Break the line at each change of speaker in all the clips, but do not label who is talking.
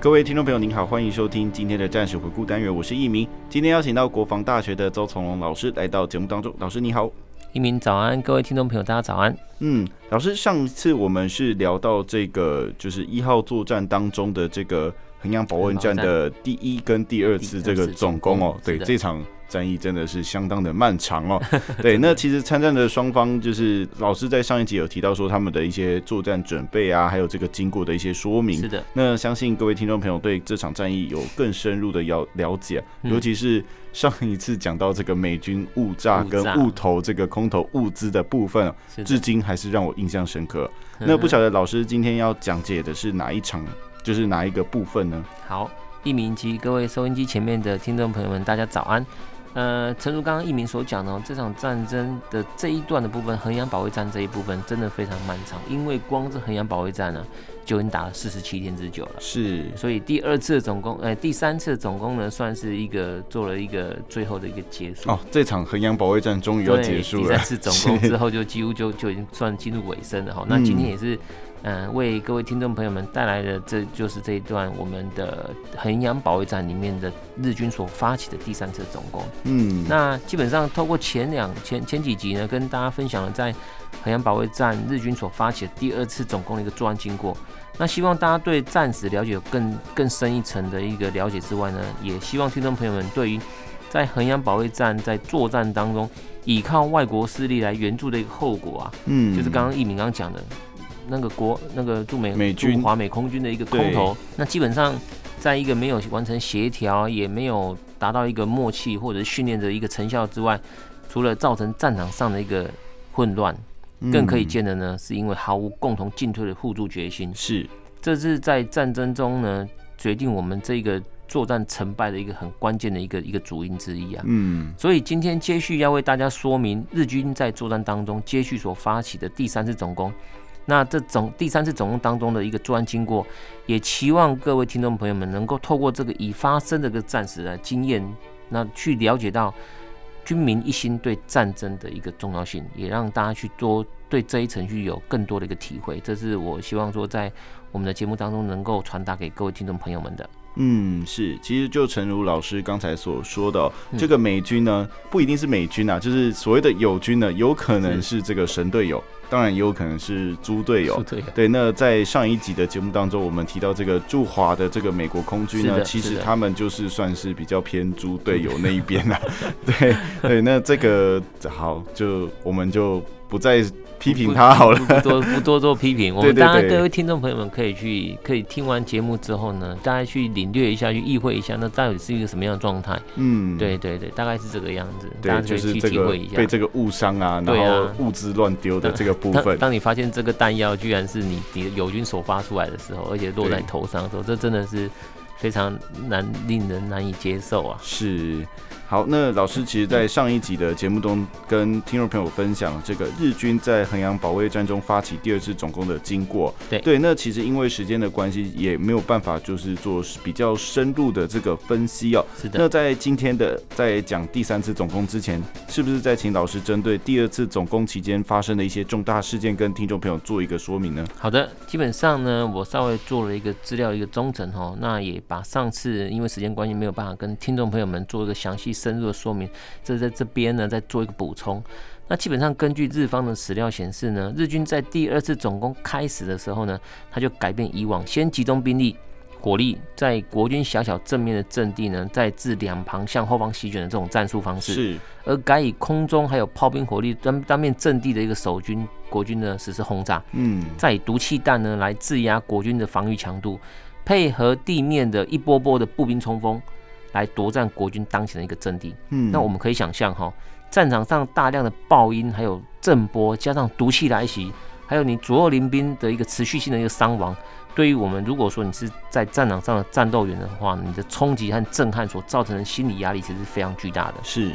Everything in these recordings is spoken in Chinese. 各位听众朋友，您好，欢迎收听今天的战史回顾单元，我是易明。今天邀请到国防大学的邹从龙老师来到节目当中，老师你好。
一鸣早安，各位听众朋友，大家早安。
嗯，老师，上次我们是聊到这个，就是一号作战当中的这个衡阳保卫战的第一跟第二次这个总攻哦，
第二次总攻
对，
是的
这场战役真的是相当的漫长 哦。对，那其实参战的双方，就是老师在上一集有提到说他们的一些作战准备啊，还有这个经过的一些说明。
是的，
那相信各位听众朋友对这场战役有更深入的了了解，
嗯
尤其是上一次讲到这个美军误炸
误
跟
炸
误投这个空投物资的部分哦，
是
至
的。嗯
今还是让我印象深刻。那不晓得老师今天要讲解的是哪一场，就是哪一个部分呢？
好，一鸣及各位收音机前面的听众朋友们，大家早安。呃，诚如刚刚一鸣所讲呢，这场战争的这一段的部分，衡阳保卫战这一部分真的非常漫长，因为光是衡阳保卫战呢，就已经打了四十七天之久了。
是
所以第二次的总攻，呃，第三次的总攻呢，算是一个做了一个最后的一个结束。
哦，这场衡阳保卫战终于
对，
要结束
第
了
三。次总共
是
之后，就几乎就就已经算进入尾声了哈。那
嗯
今天也是，嗯、为各位听众朋友们带来的，这就是这一段我们的衡阳保卫战里面的日军所发起的第三次总攻。
嗯，
那基本上透过前两前前几集呢，跟大家分享了在衡阳保卫战日军所发起的第二次总攻的一个作案经过。那希望大家对战史了解有更更深一层的一个了解之外呢，也希望听众朋友们对于在衡阳保卫战在作战当中倚靠外国势力来援助的一个后果啊，
嗯，
就是刚刚一鸣刚刚讲的，那个国那个驻美
美
驻
军
华美空军的一个
对
空投，那基本上在一个没有完成协调，也没有达到一个默契或者是训练的一个成效之外，除了造成战场上的一个混乱，更可以
嗯
见的呢，是因为毫无共同进退的互助决心，
是
这是在战争中呢决定我们这个作战成败的一个很关键的一个一个主因之一啊。
嗯
所以今天接续要为大家说明日军在作战当中接续所发起的第三次总攻。那这总第三次总攻当中的一个作案经过，也期望各位听众朋友们能够透过这个已发生的这个战史的经验，那去了解到军民一心对战争的一个重要性，也让大家去多对这一程序有更多的一个体会。这是我希望说在我们的节目当中能够传达给各位听众朋友们的。
嗯，是，其实就诚如老师刚才所说的哦、
嗯
这个美军呢，不一定是美军啊，就是所谓的友军呢，有可能是这个神队友，当然也有可能是猪队友。
对
对，那在上一集的节目当中，我们提到这个驻华的这个美国空军
是
呢，
的
其
是
实
的
他们就是算是比较偏猪队友那一边啊。
嗯
对对，那这个好，就我们就不再批评他好了。
不不多不多做 批评。我
对
们
对
大家
对
各位听众朋友们可以去可以听完节目之后呢，大家去领略一下，去意会一下，那到底是一个什么样的状态？
嗯，
对对对，大概是这个样子，
对，
大家
就
可以
是
去
这
体
个
会一下
被。这个误伤啊，然
对啊
后物资乱丢的这个部
当
分。
当你发现这个弹药居然是你你的友军首发出来的时候，而且落在
对
头上的时候，这真的是非常难令人难以接受啊！
是，好，那老师其实，在上一集的节目中，跟听众朋友分享了这个日军在衡阳保卫战中发起第二次总攻的经过。
对
那其实因为时间的关系，也没有办法就是做比较深入的这个分析哦。
是的
那，在今天的在讲第三次总攻之前，是不是再请老师针对第二次总攻期间发生的一些重大事件，跟听众朋友做一个说明呢？
好的，基本上呢，我稍微做了一个资料一个中整哦，那也把上次因为时间关系没有办法跟听众朋友们做一个详细深入的说明，这在这边呢再做一个补充。那基本上根据日方的史料显示呢，日军在第二次总攻开始的时候呢，他就改变以往，先集中兵力。火力在国军狭小正面的阵地呢，再自两旁向后方席卷的这种战术方式，
是，
而改以空中还有炮兵火力当当面阵地的一个守军国军呢实施轰炸，
嗯，
再以毒气弹呢来制压国军的防御强度，配合地面的一波波的步兵冲锋，来夺占国军当前的一个阵地。
嗯，
那我们可以想象哈，战场上大量的爆音，还有震波，加上毒气来袭，还有你左右邻兵的一个持续性的一个伤亡，对于我们，如果说你是在战场上的战斗员的话，你的冲击和震撼所造成的心理压力其实是非常巨大的。
是，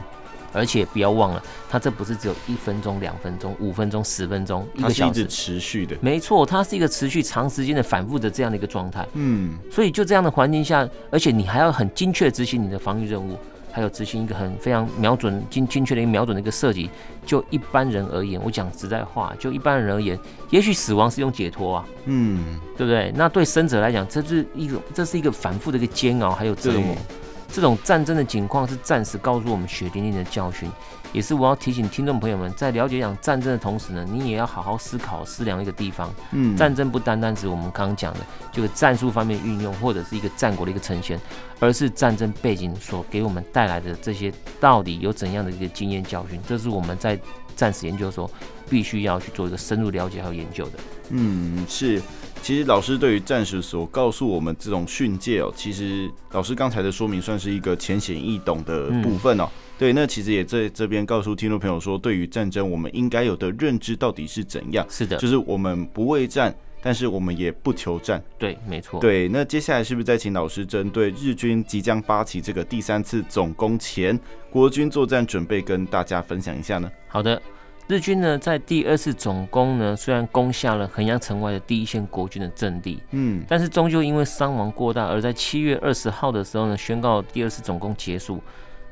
而且不要忘了，它这不是只有一分钟、两分钟、五分钟、十分钟，一
它
个
是一
小
直
时。
持续的。
没错，它是一个持续长时间的反复的这样的一个状态。
嗯，
所以就这样的环境下，而且你还要很精确地执行你的防御任务，还有执行一个很非常瞄准、精精确的一个瞄准的一个射击。就一般人而言，我讲实在话，就一般人而言，也许死亡是一种解脱啊，
嗯，
对不对？那对生者来讲，这是一种，这是一个反复的一个煎熬，还有折磨
对。
这种战争的情况是暂时告诉我们血淋淋的教训，也是我要提醒听众朋友们，在了解讲战争的同时呢，你也要好好思考、思量一个地方。
嗯，
战争不单单是我们刚刚讲的就是战术方面运用，或者是一个战国的一个呈现，而是战争背景所给我们带来的这些到底有怎样的一个经验教训，这是我们在战史研究的时候必须要去做一个深入了解还有研究的。
嗯，是。其实老师对于战士所告诉我们这种训诫哦，其实老师刚才的说明算是一个浅显易懂的部分哦。对，那其实也在这边告诉听众朋友说，对于战争我们应该有的认知到底是怎样，
是的，
就是我们不畏战，但是我们也不求战。
对，没错。
对，那接下来是不是再请老师针对日军即将发起这个第三次总攻前国军作战准备，跟大家分享一下呢？
好的，日军呢在第二次总攻呢，虽然攻下了衡阳城外的第一线国军的阵地，
嗯，
但是终究因为伤亡过大，而在七月二十号的时候呢，宣告第二次总攻结束。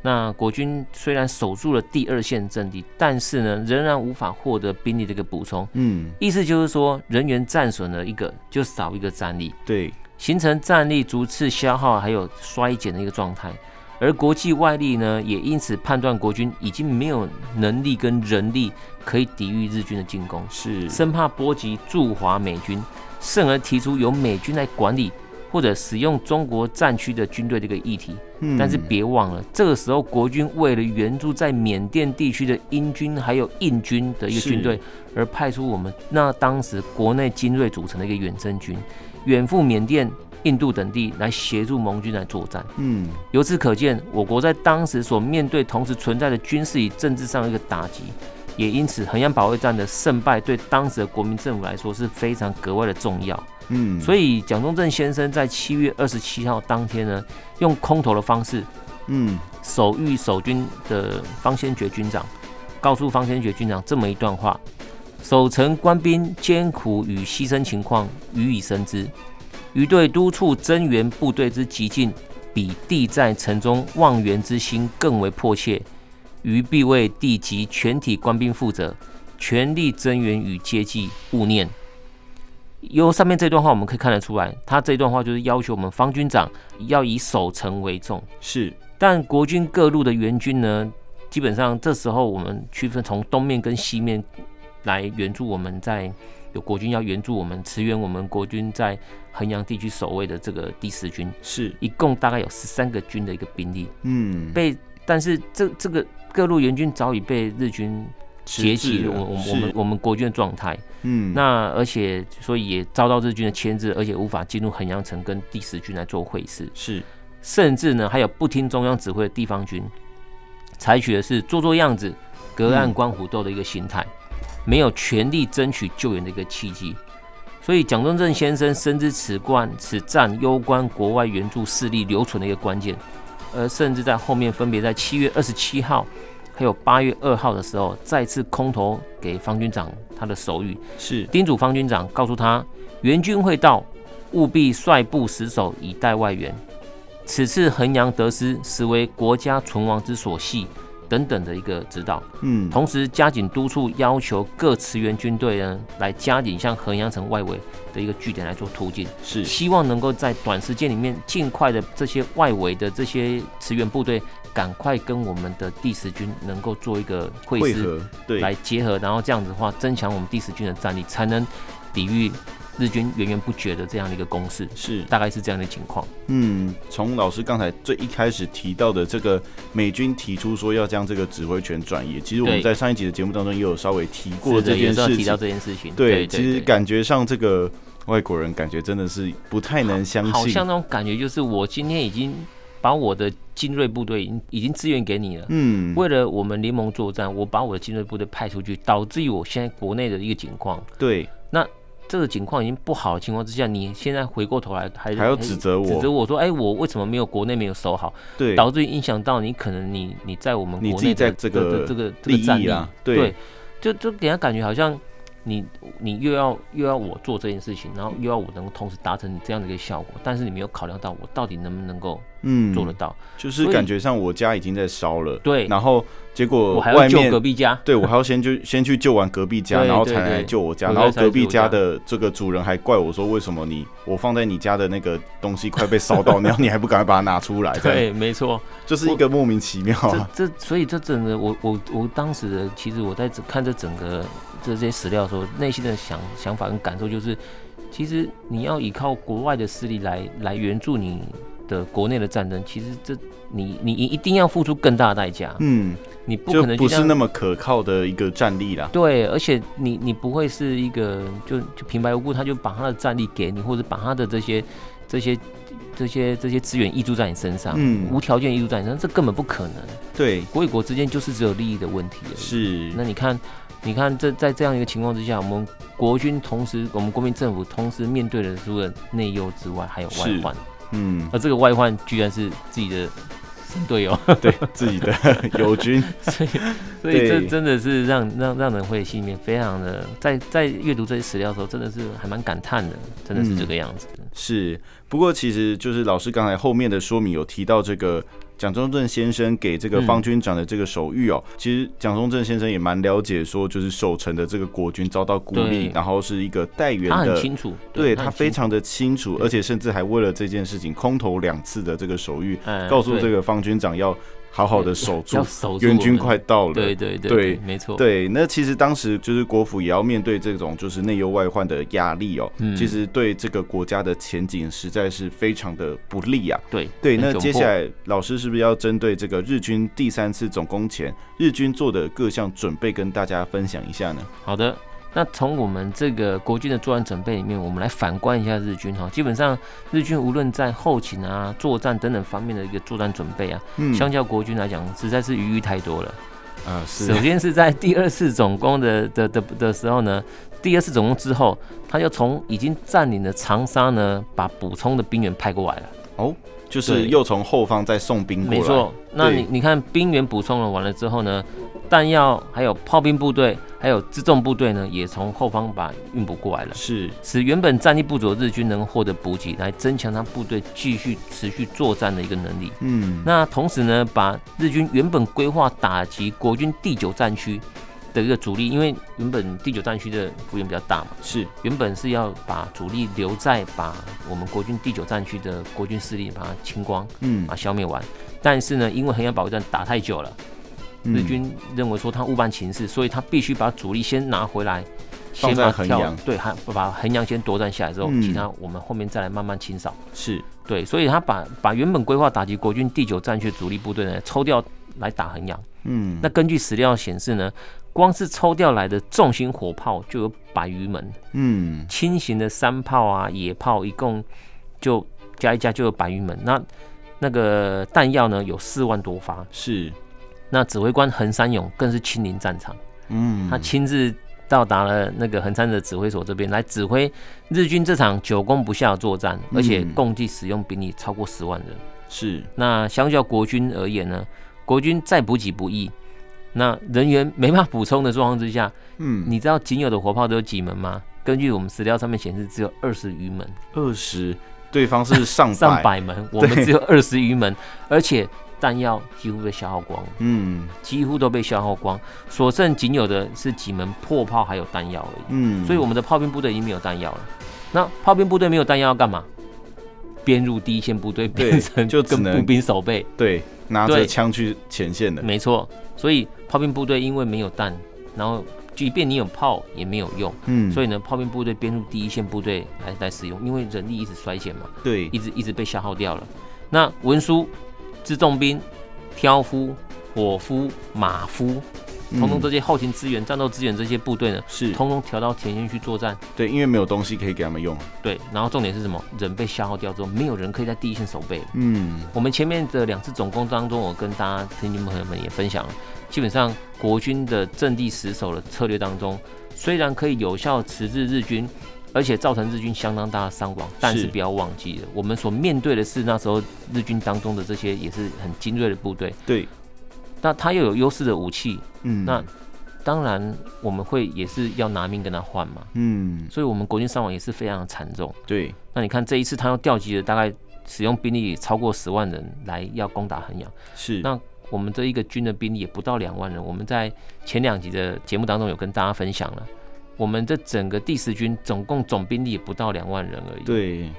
那国军虽然守住了第二线阵地，但是呢，仍然无法获得兵力的一个补充，
嗯，
意思就是说，人员战损了一个，就少一个战力，
对，
形成战力逐次消耗还有衰减的一个状态。而国际外力呢，也因此判断国军已经没有能力跟人力可以抵御日军的进攻，
是，
生怕波及驻华美军，甚而提出由美军来管理或者使用中国战区的军队这个议题。
嗯
但是别忘了，这个时候国军为了援助在缅甸地区的英军还有印军的一个
是
军队，而派出我们那当时国内精锐组成的一个远征军，远赴缅甸、印度等地来协助盟军来作战。
嗯，
由此可见，我国在当时所面对同时存在的军事与政治上的一个打击，也因此衡阳保卫战的胜败对当时的国民政府来说是非常格外的重要。
嗯，
所
以，
以蒋中正先生在七月二十七号当天呢，用空投的方式
嗯，
手谕守军的方先觉军长，告诉方先觉军长这么一段话：守城官兵艰苦与牺牲情况予以深知，于对督促增援部队之急进，比地在城中望援之心更为迫切，于必为地及全体官兵负责，全力增援与接济，勿念。由上面这段话我们可以看得出来，他这段话就是要求我们方军长要以守城为重。
是，
但国军各路的援军呢，基本上这时候我们区分从东面跟西面来援助我们在有国军要援助我们驰援我们国军在衡阳地区守卫的这个第十军，
是，
一共大概有十三个军的一个兵力
嗯，
被，但是这这个各路援军早已被日军截击了，我我们我们
是，
我们国军的状态。
嗯，
那而且所以也遭到日军的牵制，而且无法进入衡阳城跟第十军来做会师。
是，
甚至呢还有不听中央指挥的地方军，采取的是做做样子、隔岸观虎斗的一个心态，没有全力争取救援的一个契机。所以蒋中正先生深知此关此战攸关国外援助势力留存的一个关键，而甚至在后面分别在七月二十七号。还有八月二号的时候，再次空投给方军长他的手谕，
是，
叮嘱方军长，告诉他援军会到，务必率部死守以待外援。此次衡阳得失，实为国家存亡之所系，等等的一个指导。
嗯，
同时，加紧督促要求各驰援军队呢，来加紧向衡阳城外围的一个据点来做突进，
是，
希望能够在短时间里面尽快的这些外围的这些驰援部队，赶快跟我们的第十军能够做一个会
会
师，
合，对，
来结合，然后这样子的话，增强我们第十军的战力，才能抵御日军源源不绝的这样的一个攻势，
是，
大概是这样的情况。
嗯，从老师刚才最一开始提到的这个美军提出说要将这个指挥权转移，其实我们
对
在上一集的节目当中也有稍微提过
是的
这件
有时候
事
提到
情。
这件事情，
对，
对，
其实
对
感觉上这个外国人感觉真的是不太能相
好
信
像。那种感觉，就是我今天已经把我的精锐部队已经已经支援给你了。
嗯，
为了我们联盟作战，我把我的精锐部队派出去，导致于我现在国内的一个情况。
对，
这个情况已经不好的情况之下，你现在回过头来还
还要指责我
指责我说，哎，我为什么没有国内没有守好，
对，
导致影响到你可能你你在我们
你
国
自己
内
在
的
这
的
个
的这个这
利
个战
益
力
啊，
对，就就给人家感觉好像你你又要又要我做这件事情，然后又要我能够同时达成你这样的一个效果，但是你没有考量到我到底能不能够
嗯，
做得到，
就是
所以
感觉上我家已经在烧了，
对
然后结果
我还要
外
救
面
隔壁家，
对我还要先去先去救完隔壁家，
对
然后
对
才来
对
救我家，
我
然后
才来
隔壁
救我家
家的这个主人还怪我说为什么你我放在你家的那个东西快被烧到， 然后你还不赶快把它拿出来，这样，
对，没错，
就是一个莫名其妙啊，
这这所以这整个我我我当时的其实我在整看这整个这些史料的时候，内心的想想法跟感受就是，其实你要依靠国外的势力来来援助你的国内的战争，其实这你你一定要付出更大的代价，
嗯，
你不
就
可能
不
这样
是那么可靠的一个战力啦，
对，而且你你不会是一个就就平白无故他就把他的战力给你，或者把他的这些这些这些这些资源依注在你身上，
嗯
无条件依注在你身上，这根本不可能。
对，
国与国之间就是只有利益的问题而已。
是，
那你看，你看这在这样一个情况之下，我们国军同时，我们国民政府同时面对的除了内忧之外，还有外
是
患，
嗯，
而这个外患居然是自己的神 队友，
对自己的友军，
所以 所以这
对
真的是让让让人会心里面非常的，在在阅读这些史料的时候，真的是还蛮感叹的，真
嗯
的是这个样子。
是，不过其实就是老师刚才后面的说明有提到这个蒋中正先生给这个
嗯
方军长的这个手谕哦，其实蒋中正先生也蛮了解，说就是守城的这个国军遭到孤立
对，
然后是一个待援
他很
的。
清楚，
对
他
他
很
非
清楚
常的清楚，
对
而且甚至还为了这件事情空投两次的这个手谕，
嗯
告诉
对
这个方军长要好好的守住
要，守住
援
我
军
们
快到了。
对对
对
对，没错，
对，那其实当时就是国府也要面对这种就是内忧外患的压力哦、
嗯
其实对这个国家的前景实在是非常的不利啊。
对
对，
很
那
窘
接下
迫
来老师是不是要针对这个日军第三次总攻前日军做的各项准备跟大家分享一下呢？
好的，那从我们这个国军的作战准备里面，我们来反观一下日军哈。基本上，日军无论在后勤啊、作战等等方面的一个作战准备啊，
嗯
相较国军来讲，实在是余裕太多了。
啊
首
是
先是在第二次总攻的的的的时候呢，第二次总攻之后，他又从已经占领的长沙呢，把补充的兵员派过来了。
哦，就是
对
又从后方再送兵嗯过来，
没错，那
对
你你看兵员补充了完了之后呢，弹药还有炮兵部队，还有辎重部队呢，也从后方把运补过来了。
是
使原本战力不足的日军能获得补给，来增强他部队继续持续作战的一个能力。
嗯
那同时呢，把日军原本规划打击国军第九战区的一个主力，因为原本第九战区的幅员比较大嘛，
是
原本是要把主力留在把我们国军第九战区的国军势力把它清光，
嗯
把它消灭完。但是呢，因为衡阳保卫战打太久了，日
嗯
军认为说他误办情势，所以他必须把主力先拿回来，
放
先
在
把
衡
跳
阳
对，还把衡阳先夺占下来之后，
嗯
其他我们后面再来慢慢清扫。
是
对，所以他把把原本规划打击国军第九战区的主力部队呢抽调来打衡阳。
嗯
那根据史料显示呢，光是抽调来的重型火炮就有百余门，
嗯
轻型的山炮啊、野炮一共就加一加就有百余门。那那个弹药呢有四万多发，
是
那指挥官横山勇更是亲临战场，
嗯
他亲自到达了那个横山的指挥所这边来指挥日军这场久攻不下的作战，而且
嗯
共计使用兵力超过十万人。
是
那相较国军而言呢，国军再补给不易，那人员没办法补充的状况之下，
嗯
你知道仅有的火炮都有几门吗？根据我们史料上面显示，只有二十余门，
二十。对方是上
上百门，我们
对
只有二十余门，而且弹药几乎被消耗光了。
嗯
几乎都被消耗光，所剩仅有的是几门破炮还有弹药而已。
嗯，
所以我们的炮兵部队已经没有弹药了。那炮兵部队没有弹药要干嘛？编入第一线部队，
对
变成
就只
跟
能
步兵守备。
对，拿着
对
枪去前线的，
没错，所以炮兵部队因为没有弹，然后即便你有炮也没有用，
嗯，
所
以
以呢，炮兵部队编入第一线部队来来使用，因为人力一直衰减嘛。
对
一，直一直被消耗掉了。那文书、自重兵、挑夫、伙夫、马夫，通通
嗯
这些后勤资源、战斗资源这些部队呢，
是
通通调到前线去作战。
对，因为没有东西可以给他们用，
对，然后重点是什么？人被消耗掉之后，没有人可以在第一线守备了。
嗯，
我们前面的两次总攻当中，我跟大家听众朋友们也分享了，基本上国军的阵地死守的策略当中，虽然可以有效迟滞日军而且造成日军相当大的伤亡。但是
是
不要忘记了，我们所面对的是那时候日军当中的这些也是很精锐的部队，
对，
那他又有优势的武器，
嗯，
那当然我们会也是要拿命跟他换嘛。
嗯，
所以，我们国军伤亡也是非常惨重。
对，
那你看这一次，他又调集了大概使用兵力超过十万人来要攻打衡阳。
是，
那我们这一个军的兵力也不到两万人。我们在前两集的节目当中有跟大家分享了，我们这整个第十军总共总兵力也不到两万人而已。，
对，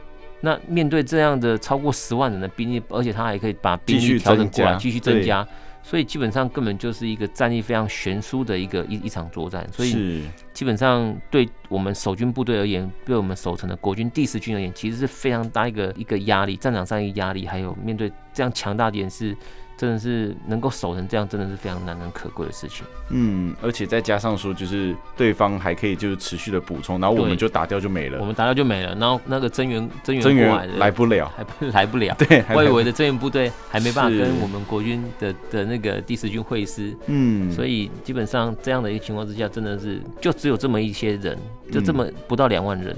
那面对这样的超过十万人的兵力，而且他还可以把兵
继
力
续
调整过
增
来，
加
继续增加。所以基本上根本就是一个战力非常悬殊的一个一一场作战，所以
是，
基本上对我们守军部队而言，对我们守城的国军第十军而言，其实是非常大一个一个压力，战场上一个压力，还有面对这样强大的人是，真的是能够守成这样，真的是非常难能可贵的事情。
嗯，而且再加上说，就是对方还可以就是持续的补充，然后我
对
们就打掉就没
我
了，
们打到就没了，然后那个增援增援
增
过来
援
的
来不了，
还不来不了。
对，还
外
来不
围的增援部队还没办法
是
跟我们国军的的那个第十军会师，
嗯，
所
以
以基本上这样的一个情况之下，真的是就只有这么一些人，
嗯
就这么不到两万人，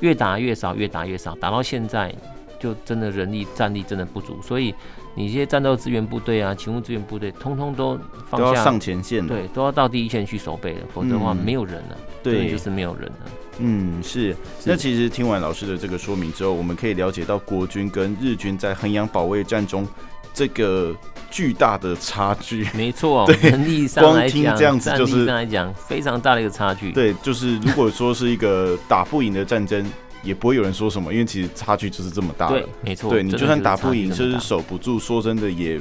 越打越少，越打越少，打到现在就真的人力战力真的不足，所以你这些战斗支援部队啊、勤务支援部队，通通都
都要
放下，
上前线了，
对，都要到第一线去守备了，否则的话
嗯
没有人了，真的
对
就，是没有人了。
嗯，是。
是
那其实听完老师的这个说明之后，我们可以了解到国军跟日军在衡阳保卫战中这个巨大的差距。
没错，哦能力上
光
来
听
讲，
这样子
战
就
力
是
上来讲非常大的一个差距。
对，就是如果说是一个打不赢的战争，也不会有人说什么，因为其实差距就是这么大了。
对，没错，
对你
真的
就算打不赢，
差距
就
这
是
么大
守不住，说真的也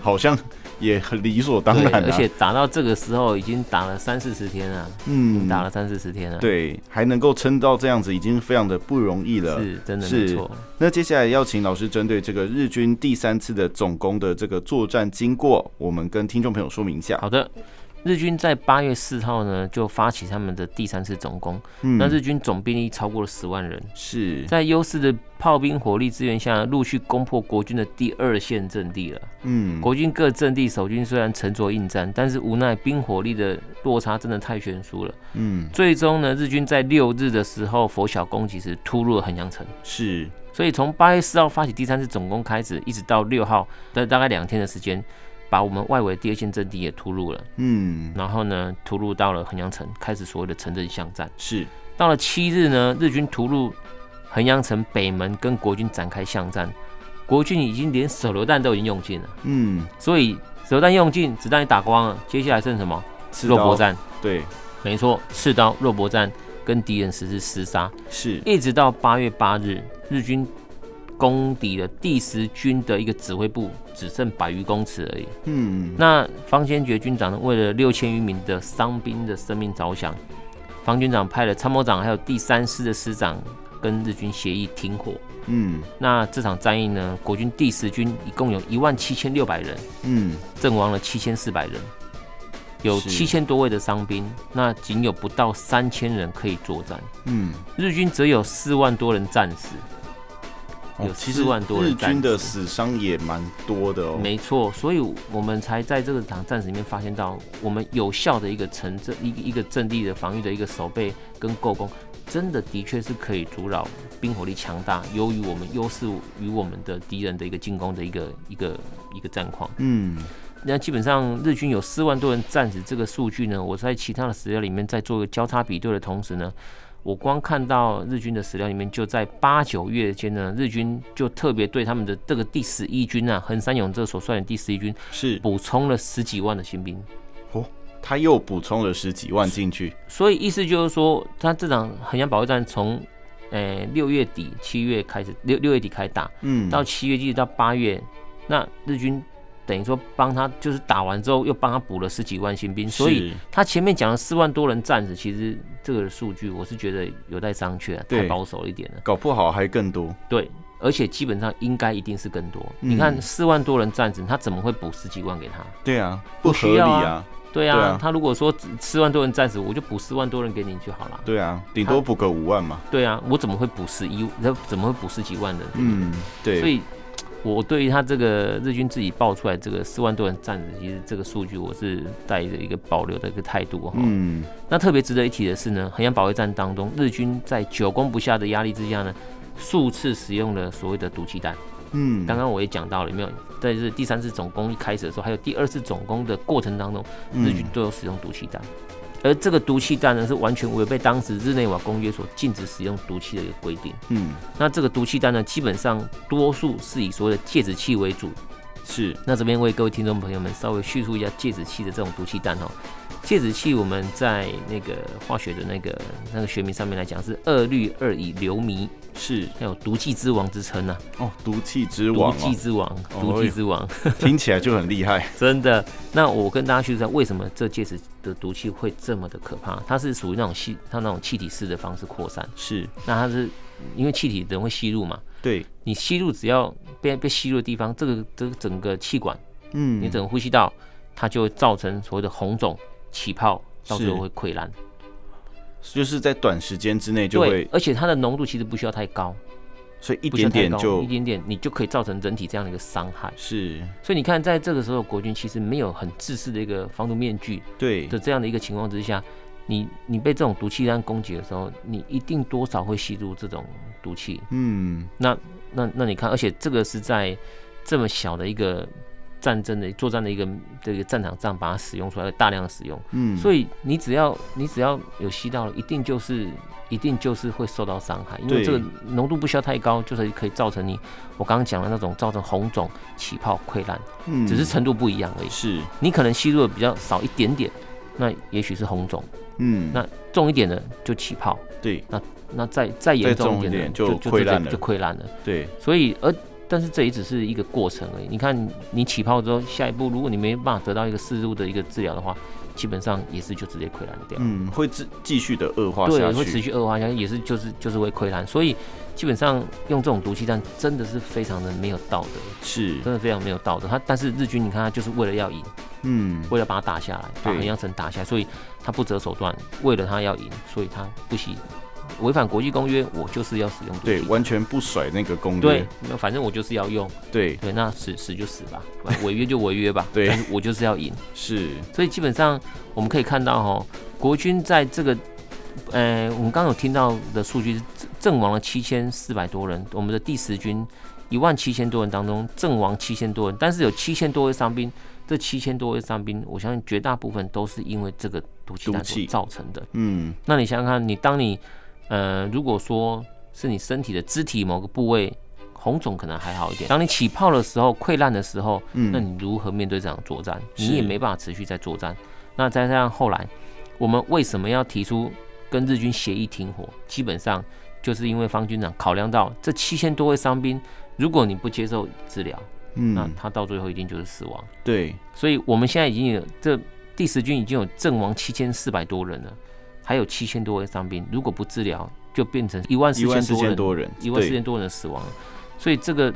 好像也很理所当
对
然、啊。
而且打到这个时候已经打了三四十天啊了，
嗯
打了三四十天了，，
对，还能够撑到这样子，已经非常的不容易了。
是真的
是
没错。
那接下来要请老师针对这个日军第三次的总攻的这个作战经过，我们跟听众朋友说明一下。
好的，日军在八月四号呢就发起他们的第三次总攻，
嗯
那日军总兵力超过了十万人，
是，
在优势的炮兵火力支援下，陆续攻破国军的第二线阵地了。
嗯，
国军各阵地守军虽然沉着应战，但是无奈兵火力的落差真的太悬殊了。
嗯
最终呢，日军在六日的时候拂晓攻击时突入了衡阳城。
是，
所以从八月四号发起第三次总攻开始，一直到六号的大概两天的时间，把我们外围第二线阵地也突入了，
嗯
然后呢突入到了衡阳城，开始所谓的城镇巷战。
是，
到了七日呢，日军突入衡阳城北门，跟国军展开巷战。国军已经连手榴弹都已经用尽了，
嗯，
所以手榴弹用尽，子弹也打光了，接下来剩什么？
刺
肉
刀
搏，战，
对，
没错，刺刀肉搏战跟敌人实施厮杀。
是，
一直到八月八日，日军攻抵了第十军的一个指挥部，只剩百余公尺而已。
嗯，
那方先觉军长呢，为了六千余名的伤兵的生命着想，方军长派了参谋长还有第三师的师长跟日军协议停火。
嗯
那这场战役呢，国军第十军一共有一万七千六百人，
嗯
阵亡了七千四百人，有
是
七千多位的伤兵，那仅有不到三千人可以作战。
嗯，
日军则有四万多人战死，
哦
有
其
4
实
万多人
日军的
战
死伤也蛮多的哦。
没错，所以我们才在这个场战史里面发现到，我们有效的一个城镇、一个一个阵地的防御的一个守备跟构攻，真的的确是可以阻扰兵火力强大、优于我们优势于我们的敌人的一个进攻的一个一个一个战况。
嗯，
那基本上日军有四万多人战死，这个数据呢，我在其他的史料里面在做一个交叉比对的同时呢，我光看到日军的史料里面，就在八九月间呢，日军就特别对他们的这个第十一军啊，横山永这所率领第十一军
是，
补充了十几万的新兵。
他又补充了十几万进去。
所以意思就是说，他这场衡阳保卫战从，呃六月底七月开始，六六月底开打，
嗯，
到七月一直到八月，那日军等于说帮他就是打完之后又帮他补了十几万新兵，所以
是
他前面讲了四万多人战死，其实这个数据我是觉得有待商榷、啊，
对
太保守了一点了。
搞不好还更多。
对，而且基本上应该一定是更多。
嗯
你看四万多人战死，他怎么会补十几万给他？
对啊，
不
不
需
合理
要啊
啊。
对啊，
对啊
他如果说只四万多人战死，我就补四万多人给你就好了。
对啊，顶多补个五万嘛。
对啊，我怎么会补十一？怎么会补十几万人？
嗯，对，
所以我对于他这个日军自己报出来这个四万多人战死，其实这个数据我是带着一个保留的一个态度哈、
嗯，
那特别值得一提的是呢，衡阳保卫战当中，日军在久攻不下的压力之下呢，数次使用了所谓的毒气弹。
嗯，
刚刚我也讲到了，有没有？在这第三次总攻一开始的时候，还有第二次总攻的过程当中，
嗯
日军都有使用毒气弹。而这个毒气弹呢，是完全违背当时日内瓦公约所禁止使用毒气的一个规定。
嗯
那这个毒气弹呢，基本上多数是以所谓的芥子气为主，
是，
那这边为各位听众朋友们稍微叙述一下芥子气的这种毒气弹哈。哦芥子气我们在那个化学的那个那个学名上面来讲是二氯二乙硫醚，
是
还有毒气之王之称呐、
哦，毒气之
毒
王
气
哦，
之王，
哦
毒气之王，
听起来就很厉害。
真的。那我跟大家叙述一下为什么这芥子的毒气会这么的可怕，它是属于那种气，它那种气体式的方式扩散。
是，
那它是因为气体人会吸入嘛，
对，
你吸入只要被被吸入的地方，这个这个整个气管
嗯，
你整个呼吸道，它就会造成所谓的红肿、起泡，到最后会溃烂。
就是在短时间之内就
对
会，，
而且它的浓度其实不需要太高，
所以一
不需要
点
太
点
高，
就
一点点，你就可以造成人体这样的一个伤害。
是，
所以你看，在这个时候，国军其实没有很自私的一个防毒面具
对，
的这样的一个情况之下，你你被这种毒气弹攻击的时候，你一定多少会吸入这种毒气。
嗯，
那那你看，而且这个是在这么小的一个战争的作战的一个这个战场上把它使用出来，大量的使用。
嗯，
所
以
以你只要你只要有吸到了，一定就是一定就是会受到伤害，因为
对
这个浓度不需要太高，就是可以造成你我刚刚讲的那种造成红肿、起泡、溃烂，
嗯
只是程度不一样而已。
是，
你可能吸入的比较少一点点，那也许是红肿，
嗯，
那重一点的就起泡，
对
那再再严重一
再重一
点的
点就
就
溃烂了
就溃烂了。
对，
所以而但是这也只是一个过程而已。你看你起泡之后，下一步如果你没办法得到一个适度的一个治疗的话，基本上也是就直接溃烂掉。
嗯，会继继续的恶化
对，
下
会持
去。
续恶化下去，也是就是就是会溃烂，所以基本上用这种毒气弹真的是非常的没有道德，
是，
真的非常没有道德。他但是日军你看他就是为了要赢，
嗯，
为了把他打下来，把
对
衡阳城打下来，所以他不择手段，为了他要赢，所以他不惜违反国际公约，我就是要使用毒
对，
气。
完全不甩那个攻
对
略，，
那反正我就是要用，
对，
对，那死死就死吧，违约就违约吧，
对
但是我就是要赢。
是，
所以基本上我们可以看到哈，国军在这个，呃，我们刚刚有听到的数据是阵阵亡了七千四百多人，我们的第十军一万七千多人当中阵亡七千多人，但是有七千多位伤兵，这七千多位伤兵，我相信绝大部分都是因为这个毒气弹
毒
所
气
造成的。
嗯，
那你想想看，你当你呃，如果说是你身体的肢体某个部位红肿，可能还好一点。当你起泡的时候、溃烂的时候，
嗯
那你如何面对这场作战？
是
你也没办法持续在作战。那再加上后来，我们为什么要提出跟日军协议停火？基本上就是因为方军长考量到这七千多位伤兵，如果你不接受治疗，那
嗯，
他到最后一定就是死亡。
对，
所以我们现在已经有这第十军已经有阵亡七千四百多人了，还有七千多位伤兵，如果不治疗，就变成一万四
一万四
千
千
多
多
人，
人，
一万四
对
千多人死亡了。所以这个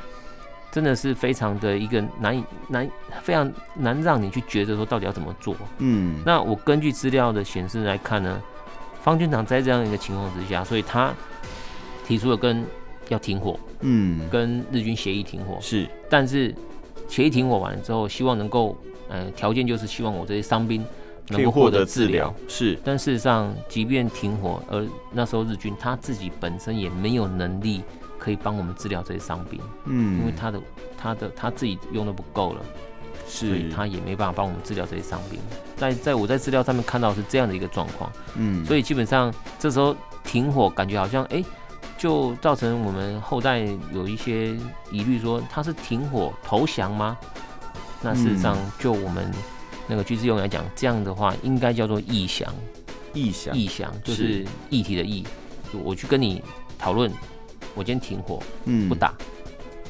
真的是非常的一个难以难非常难让你去觉得说到底要怎么做。
嗯，
那我根据资料的显示来看呢，方军长在这样一个情况之下，所以他提出了跟要停火，
嗯，
跟日军协议停火，
是，
但是协议停火完了之后，希望能够，呃，条件就是希望我这些伤兵
可
能
以
够
获
获
得
得
治
治
疗
疗。，
是，
但事实上，即便停火，而那时候日军他自己本身也没有能力可以帮我们治疗这些伤兵，因为
嗯，
他的他的他自己用的不够了，所
是，
以他也没办法帮我们治疗这些伤兵。在在我在资料上面看到的是这样的一个状况。
嗯，
所
以
以基本上这时候停火，感觉好像哎、诶就造成我们后代有一些疑虑，说他是停火投降吗？那事实上，
嗯
就我们那个军事用语来讲，这样的话应该叫做议降，
意想，
议降就是是议题的议，就我去跟你讨论，我今天停火
嗯
不，打，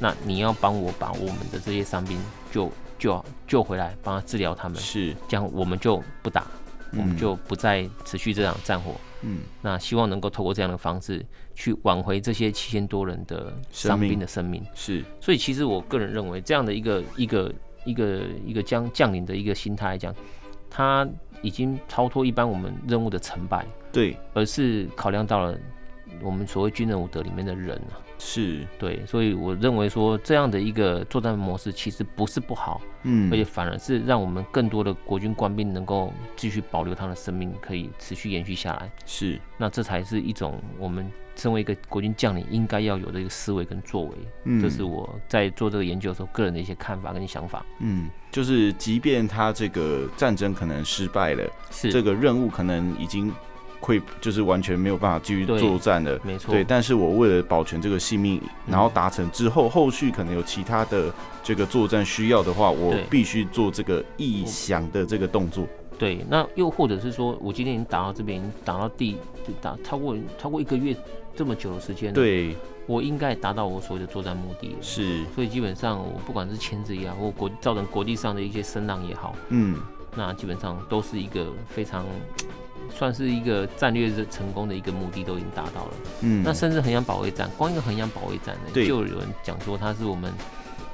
那你要帮我把我们的这些伤兵救救救回来，帮他治疗他们，
是，
这样我们就不打，我们
嗯
就不再持续这场战火。
嗯，
那希望能够透过这样的方式去挽回这些七千多人的伤
生
兵
命
的生命。
是，
所以，其实我个人认为，这样的一个一个一个一个将将领的一个心态来讲，他已经超脱一般我们任务的成败，
对，
而是考量到了我们所谓军人武德里面的人啊。
是，
对，所以我认为说这样的一个作战模式其实不是不好，
嗯
而且反而是让我们更多的国军官兵能够继续保留他的生命，可以持续延续下来。
是，
那这才是一种我们身为一个国军将领应该要有的一个思维跟作为。
嗯，
这是我在做这个研究的时候个人的一些看法跟想法。
嗯，就是即便他这个战争可能失败了，
是，
这个任务可能已经溃，就是完全没有办法继续
对
作战了。
没错，嗯
对，但是我为了保全这个性命，然后达成之后，后续可能有其他的这个作战需要的话，我
对嗯
必须做这个臆想的这个动作。
对，那又或者是说我今天已经打到这边，已经打到第打超过超过一个月这么久的时间，，
对，
我应该达到我所谓的作战目的了。
是，
所以基本上，我不管是签字也好，或国造成国际上的一些声浪也好，
嗯，
那基本上都是一个非常算是一个战略的成功的一个目的都已经达到了。
嗯，
那甚至衡阳保卫战，光一个衡阳保卫战呢，
对
就有人讲说它是我们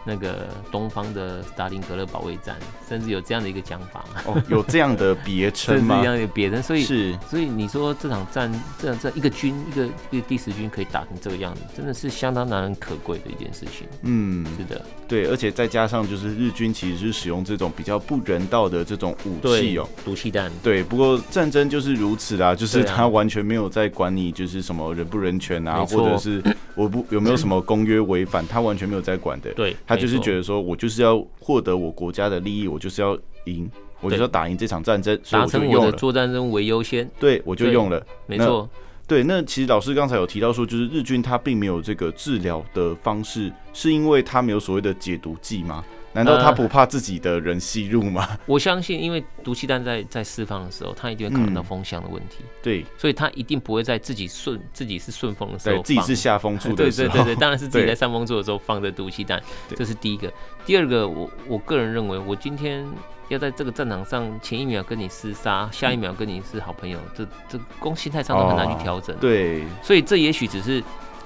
那个东方的斯大林格勒保卫战，甚至有这样的一个讲法，
哦，有这样的别称
甚至
吗
这？样的别人，所以。
是，
所以你说这场战，这这一个军一个一个第十军可以打成这个样子，真的是相当难能可贵的一件事情。
嗯，
是的，
对，而且再加上就是日军其实是使用这种比较不人道的这种武器哦。
毒气弹，
对，不过战争就是如此啦，就是
对啊
他完全没有在管你就是什么人不人权啊，
没
或
错
者 是我不有没有什么公约违反，他完全没有在管的。
对，
他就是觉
得
得说我就是要获得我国家的利益，我就是要赢，我就是要打赢这场战争，所以我
达
就
成我
用
的
了，
作战任务为优先，
对我就
对
用了。
没
那
错，
对，那其实老师刚才有提到说，就是日军他并没有这个治疗的方式，是因为他没有所谓的解毒剂吗？难道他
呃
不怕自己的人吸入 吗？
我相信，因为毒气弹在在释放的时候，它一定会考虑到
嗯
风向的问题，
对，
所以它一定不会在自己顺自己是顺风的时
对
候
自己
放
是下风处的
对
时
对
候，
对对，当然是自己
对
在上风座的时候放的毒气弹，
对
这是第一个。第二个，我我个人认为，我今天要在这个战场上，前一秒跟你厮杀，下一秒跟你是好朋友，这这攻心态上都很难
哦
去调整。 啊
对
所以这也许只是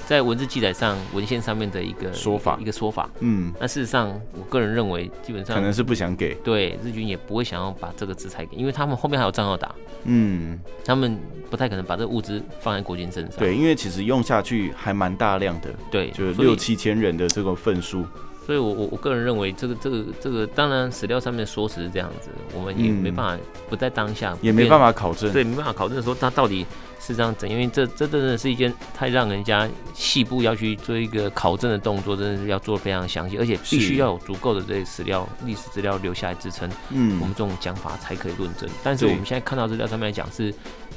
在文字记载上、文献上面的一个
说法
一个说法。
嗯，
那事实上，我个人认为，基本
可
上
能是不想给，
对日军也不会想要把这个制裁给，因为他们后面还有仗要打，
嗯，
他们不太可能把这个物资放在国军身上。
对，因为其实用下去还蛮大量的，
对，
就是
所以
六七千人的这个份数，
所以我我我个人认为，这个这个这个，当然史料上面说辞是这样子，我们也
嗯
没办法不在当下，
也没办
法
法考证。
对，没办法考证说它到底是这样子，因为这这真的是一件太让人家细部要去做一个考证的动作，真的是要做得非常详细，而且
是
必须要有足够的这些史料、历史资料留下来支撑我们
嗯，
这种讲法才可以论证。但是我
对
们现在看到资料上面来讲是。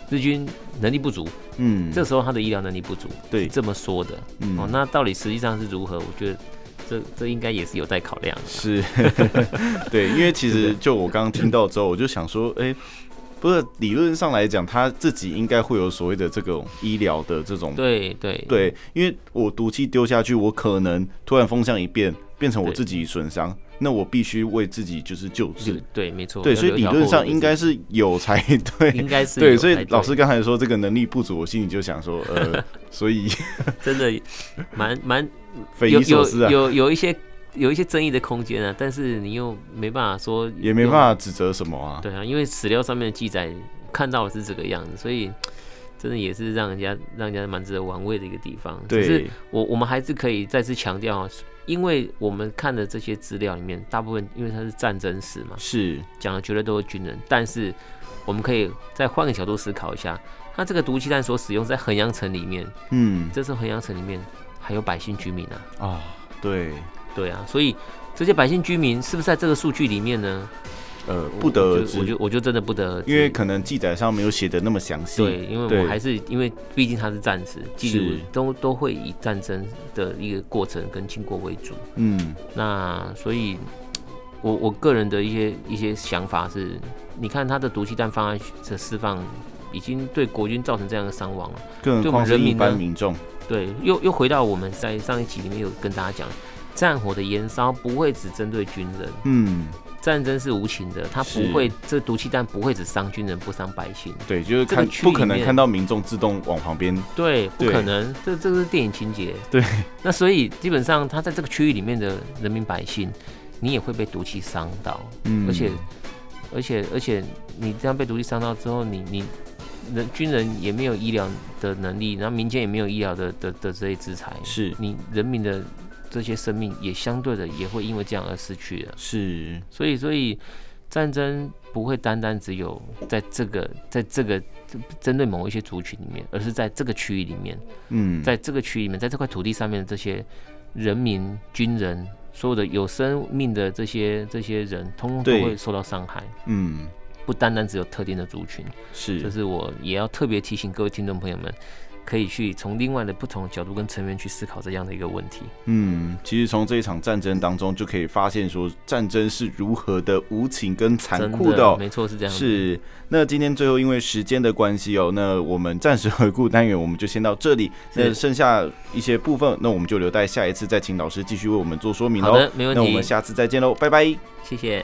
日军能力不足，
嗯，
这时候他的医疗能力不足，
对，
这么说的哦。
嗯，
那到底实际上是如何？我觉得这这应该也是有待考量的。
是， 对，因为其实就我刚刚听到之后，我就想说，哎、不是理论上来讲，他自己应该会有所谓的这种医疗的这种
对对
对，因为我毒气丢下去，我可能突然风向一变，变成我
对
自己损伤，那我必须为自己就是救治
是。，对，没错。
对，
要
所以
留
理
条
论
后
上
路
应 该是有才
是应
对。
该是
对，
有
所以
才对
老师刚才说这个能力不足，我心里就想说， 呃，所以
真的蛮蛮
匪
有
夷所思
有
啊，
有有一些有一些争议的空间啊，但是你又没办法说，
也没办。法指责什么啊。
对啊，因为史料上面的记载看到的是这个样子，所以。真的也是让人家让人家蛮值得玩味的一个地方。只是
对，
我我们还是可以再次强调啊，因为我们看的这些资料里面，大部分因为它是战争史嘛，
是，
讲的绝对都是军人，但是我们可以再换个角度思考一下，他这个毒气弹所使用在衡阳城里面，
嗯，
这时候衡阳城里面还有百姓居民啊，
啊，对，
对啊，所以这些百姓居民是不是在这个数据里面呢？
呃，
我
不得
我
而
就
知
我，就我就真的不得而知，
因为可能记载上没有写的那么详细。
对，因为
对
我还是因为毕竟他是战士，记
是
录都都会以战争的一个过程跟经过为主，
嗯，
那所以。我我个人的一些一些想法是，你看他的毒气弹放在这释放，已经对国军造成这样的伤亡了。
更
对
何
我
况
们
是
人
一
民
般
呢
民众。
对，又又回到我们在上一集里面有跟大家讲，战火的燃烧不会只针对军人，
嗯，
战争是无情的，它
是
不会这毒气弹不会只伤军人不伤百姓，
对，就是
这个
看
区
不
里
可能
面
看到民众自动往旁边。
对，不
对
可能，这这是电影情节。
对，
那所以基本上他在这个区域里面的人民百姓，你也会被毒气伤到，
嗯
而且而且而且你这样被毒气伤到之后，你你人军人也没有医疗的能力，然后民间也没有医疗的的的这些资财，
是
你人民的这些生命也相对的也会因为这样而失去了。
是
所以，所以战争不会单单只有在这个在这个针对某一些族群里面，而是在这个区域里面，
嗯，
在这个区域里面，在这块土地上面的这些人民、军人，所有的有生命的这些这些人，通通都
对
会受到伤害，
嗯
不单单只有特定的族群。这
是
是我也要特别提醒各位听众朋友们，可以去从另外的不同的角度跟层面去思考这样的一个问题。
嗯，其实从这一场战争当中就可以发现，说战争是如何的无情跟残
真
酷的哦、
没错，是这样。，
是，那今天最后因为时间的关系哦，那我们暂时回顾单元我们就先到这里，
是
那剩下一些部分，那我们就留待下一次再请老师继续为我们做说明
好
喽。
的，没问
那我们
题。
下次再见喽，拜拜。
谢谢。